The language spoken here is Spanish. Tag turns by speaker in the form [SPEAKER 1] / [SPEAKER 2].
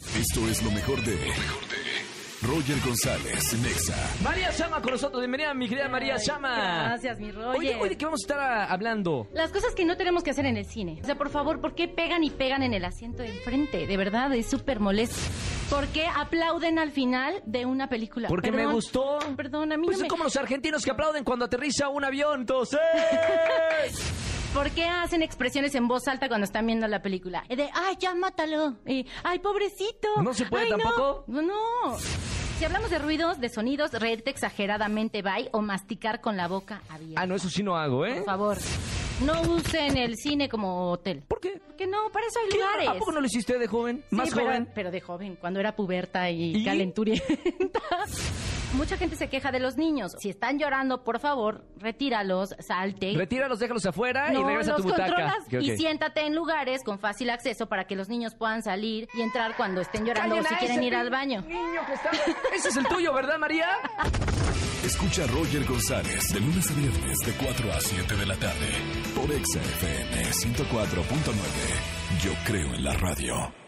[SPEAKER 1] Esto es lo mejor de. Roger González, Nexa.
[SPEAKER 2] María Sama con nosotros. Bienvenida, mi querida María
[SPEAKER 3] Ay,
[SPEAKER 2] Sama.
[SPEAKER 3] Gracias, mi Roger.
[SPEAKER 2] Oye, oye, ¿de qué vamos a estar ah, hablando?
[SPEAKER 3] Las cosas que no tenemos que hacer en el cine. O sea, por favor, ¿por qué pegan y pegan en el asiento de enfrente? De verdad, es súper molesto. ¿Por qué aplauden al final de una película?
[SPEAKER 2] Porque me
[SPEAKER 3] Perdón,
[SPEAKER 2] gustó.
[SPEAKER 3] Perdón, a mí
[SPEAKER 2] Pues
[SPEAKER 3] no
[SPEAKER 2] es
[SPEAKER 3] me...
[SPEAKER 2] como los argentinos que aplauden cuando aterriza un avión. Entonces.
[SPEAKER 3] ¿Por qué hacen expresiones en voz alta cuando están viendo la película? De, ay, ya mátalo. Y, ay, pobrecito.
[SPEAKER 2] ¿No se puede
[SPEAKER 3] Ay, no.
[SPEAKER 2] tampoco?
[SPEAKER 3] No, no. Si hablamos de ruidos, de sonidos, reírte exageradamente, bye, o masticar con la boca abierta.
[SPEAKER 2] ah, no, eso sí no hago, ¿eh?
[SPEAKER 3] Por favor, no usen el cine como hotel.
[SPEAKER 2] ¿Por qué?
[SPEAKER 3] Que no, para eso hay
[SPEAKER 2] ¿Qué?
[SPEAKER 3] lugares.
[SPEAKER 2] ¿A poco no lo hiciste de joven?
[SPEAKER 3] Sí,
[SPEAKER 2] ¿Más
[SPEAKER 3] pero,
[SPEAKER 2] joven?
[SPEAKER 3] Pero de joven, cuando era puberta y,
[SPEAKER 2] ¿Y?
[SPEAKER 3] calenturienta. Mucha gente se queja de los niños. Si están llorando, por favor, retíralos, salte.
[SPEAKER 2] Retíralos, déjalos afuera y
[SPEAKER 3] no,
[SPEAKER 2] regresa a
[SPEAKER 3] los
[SPEAKER 2] tu butaca.
[SPEAKER 3] controlas
[SPEAKER 2] Ok, ok.
[SPEAKER 3] y siéntate en lugares con fácil acceso para que los niños puedan salir y entrar cuando estén llorando
[SPEAKER 2] Callen
[SPEAKER 3] o si
[SPEAKER 2] a
[SPEAKER 3] quieren
[SPEAKER 2] ese
[SPEAKER 3] ir al
[SPEAKER 2] pin-
[SPEAKER 3] baño.
[SPEAKER 2] Niño que está... Ese es el tuyo, ¿verdad, María?
[SPEAKER 1] Escucha a Roger González de lunes a viernes de 4 a 7 de la tarde por Exa FM 104.9. Yo creo en la radio.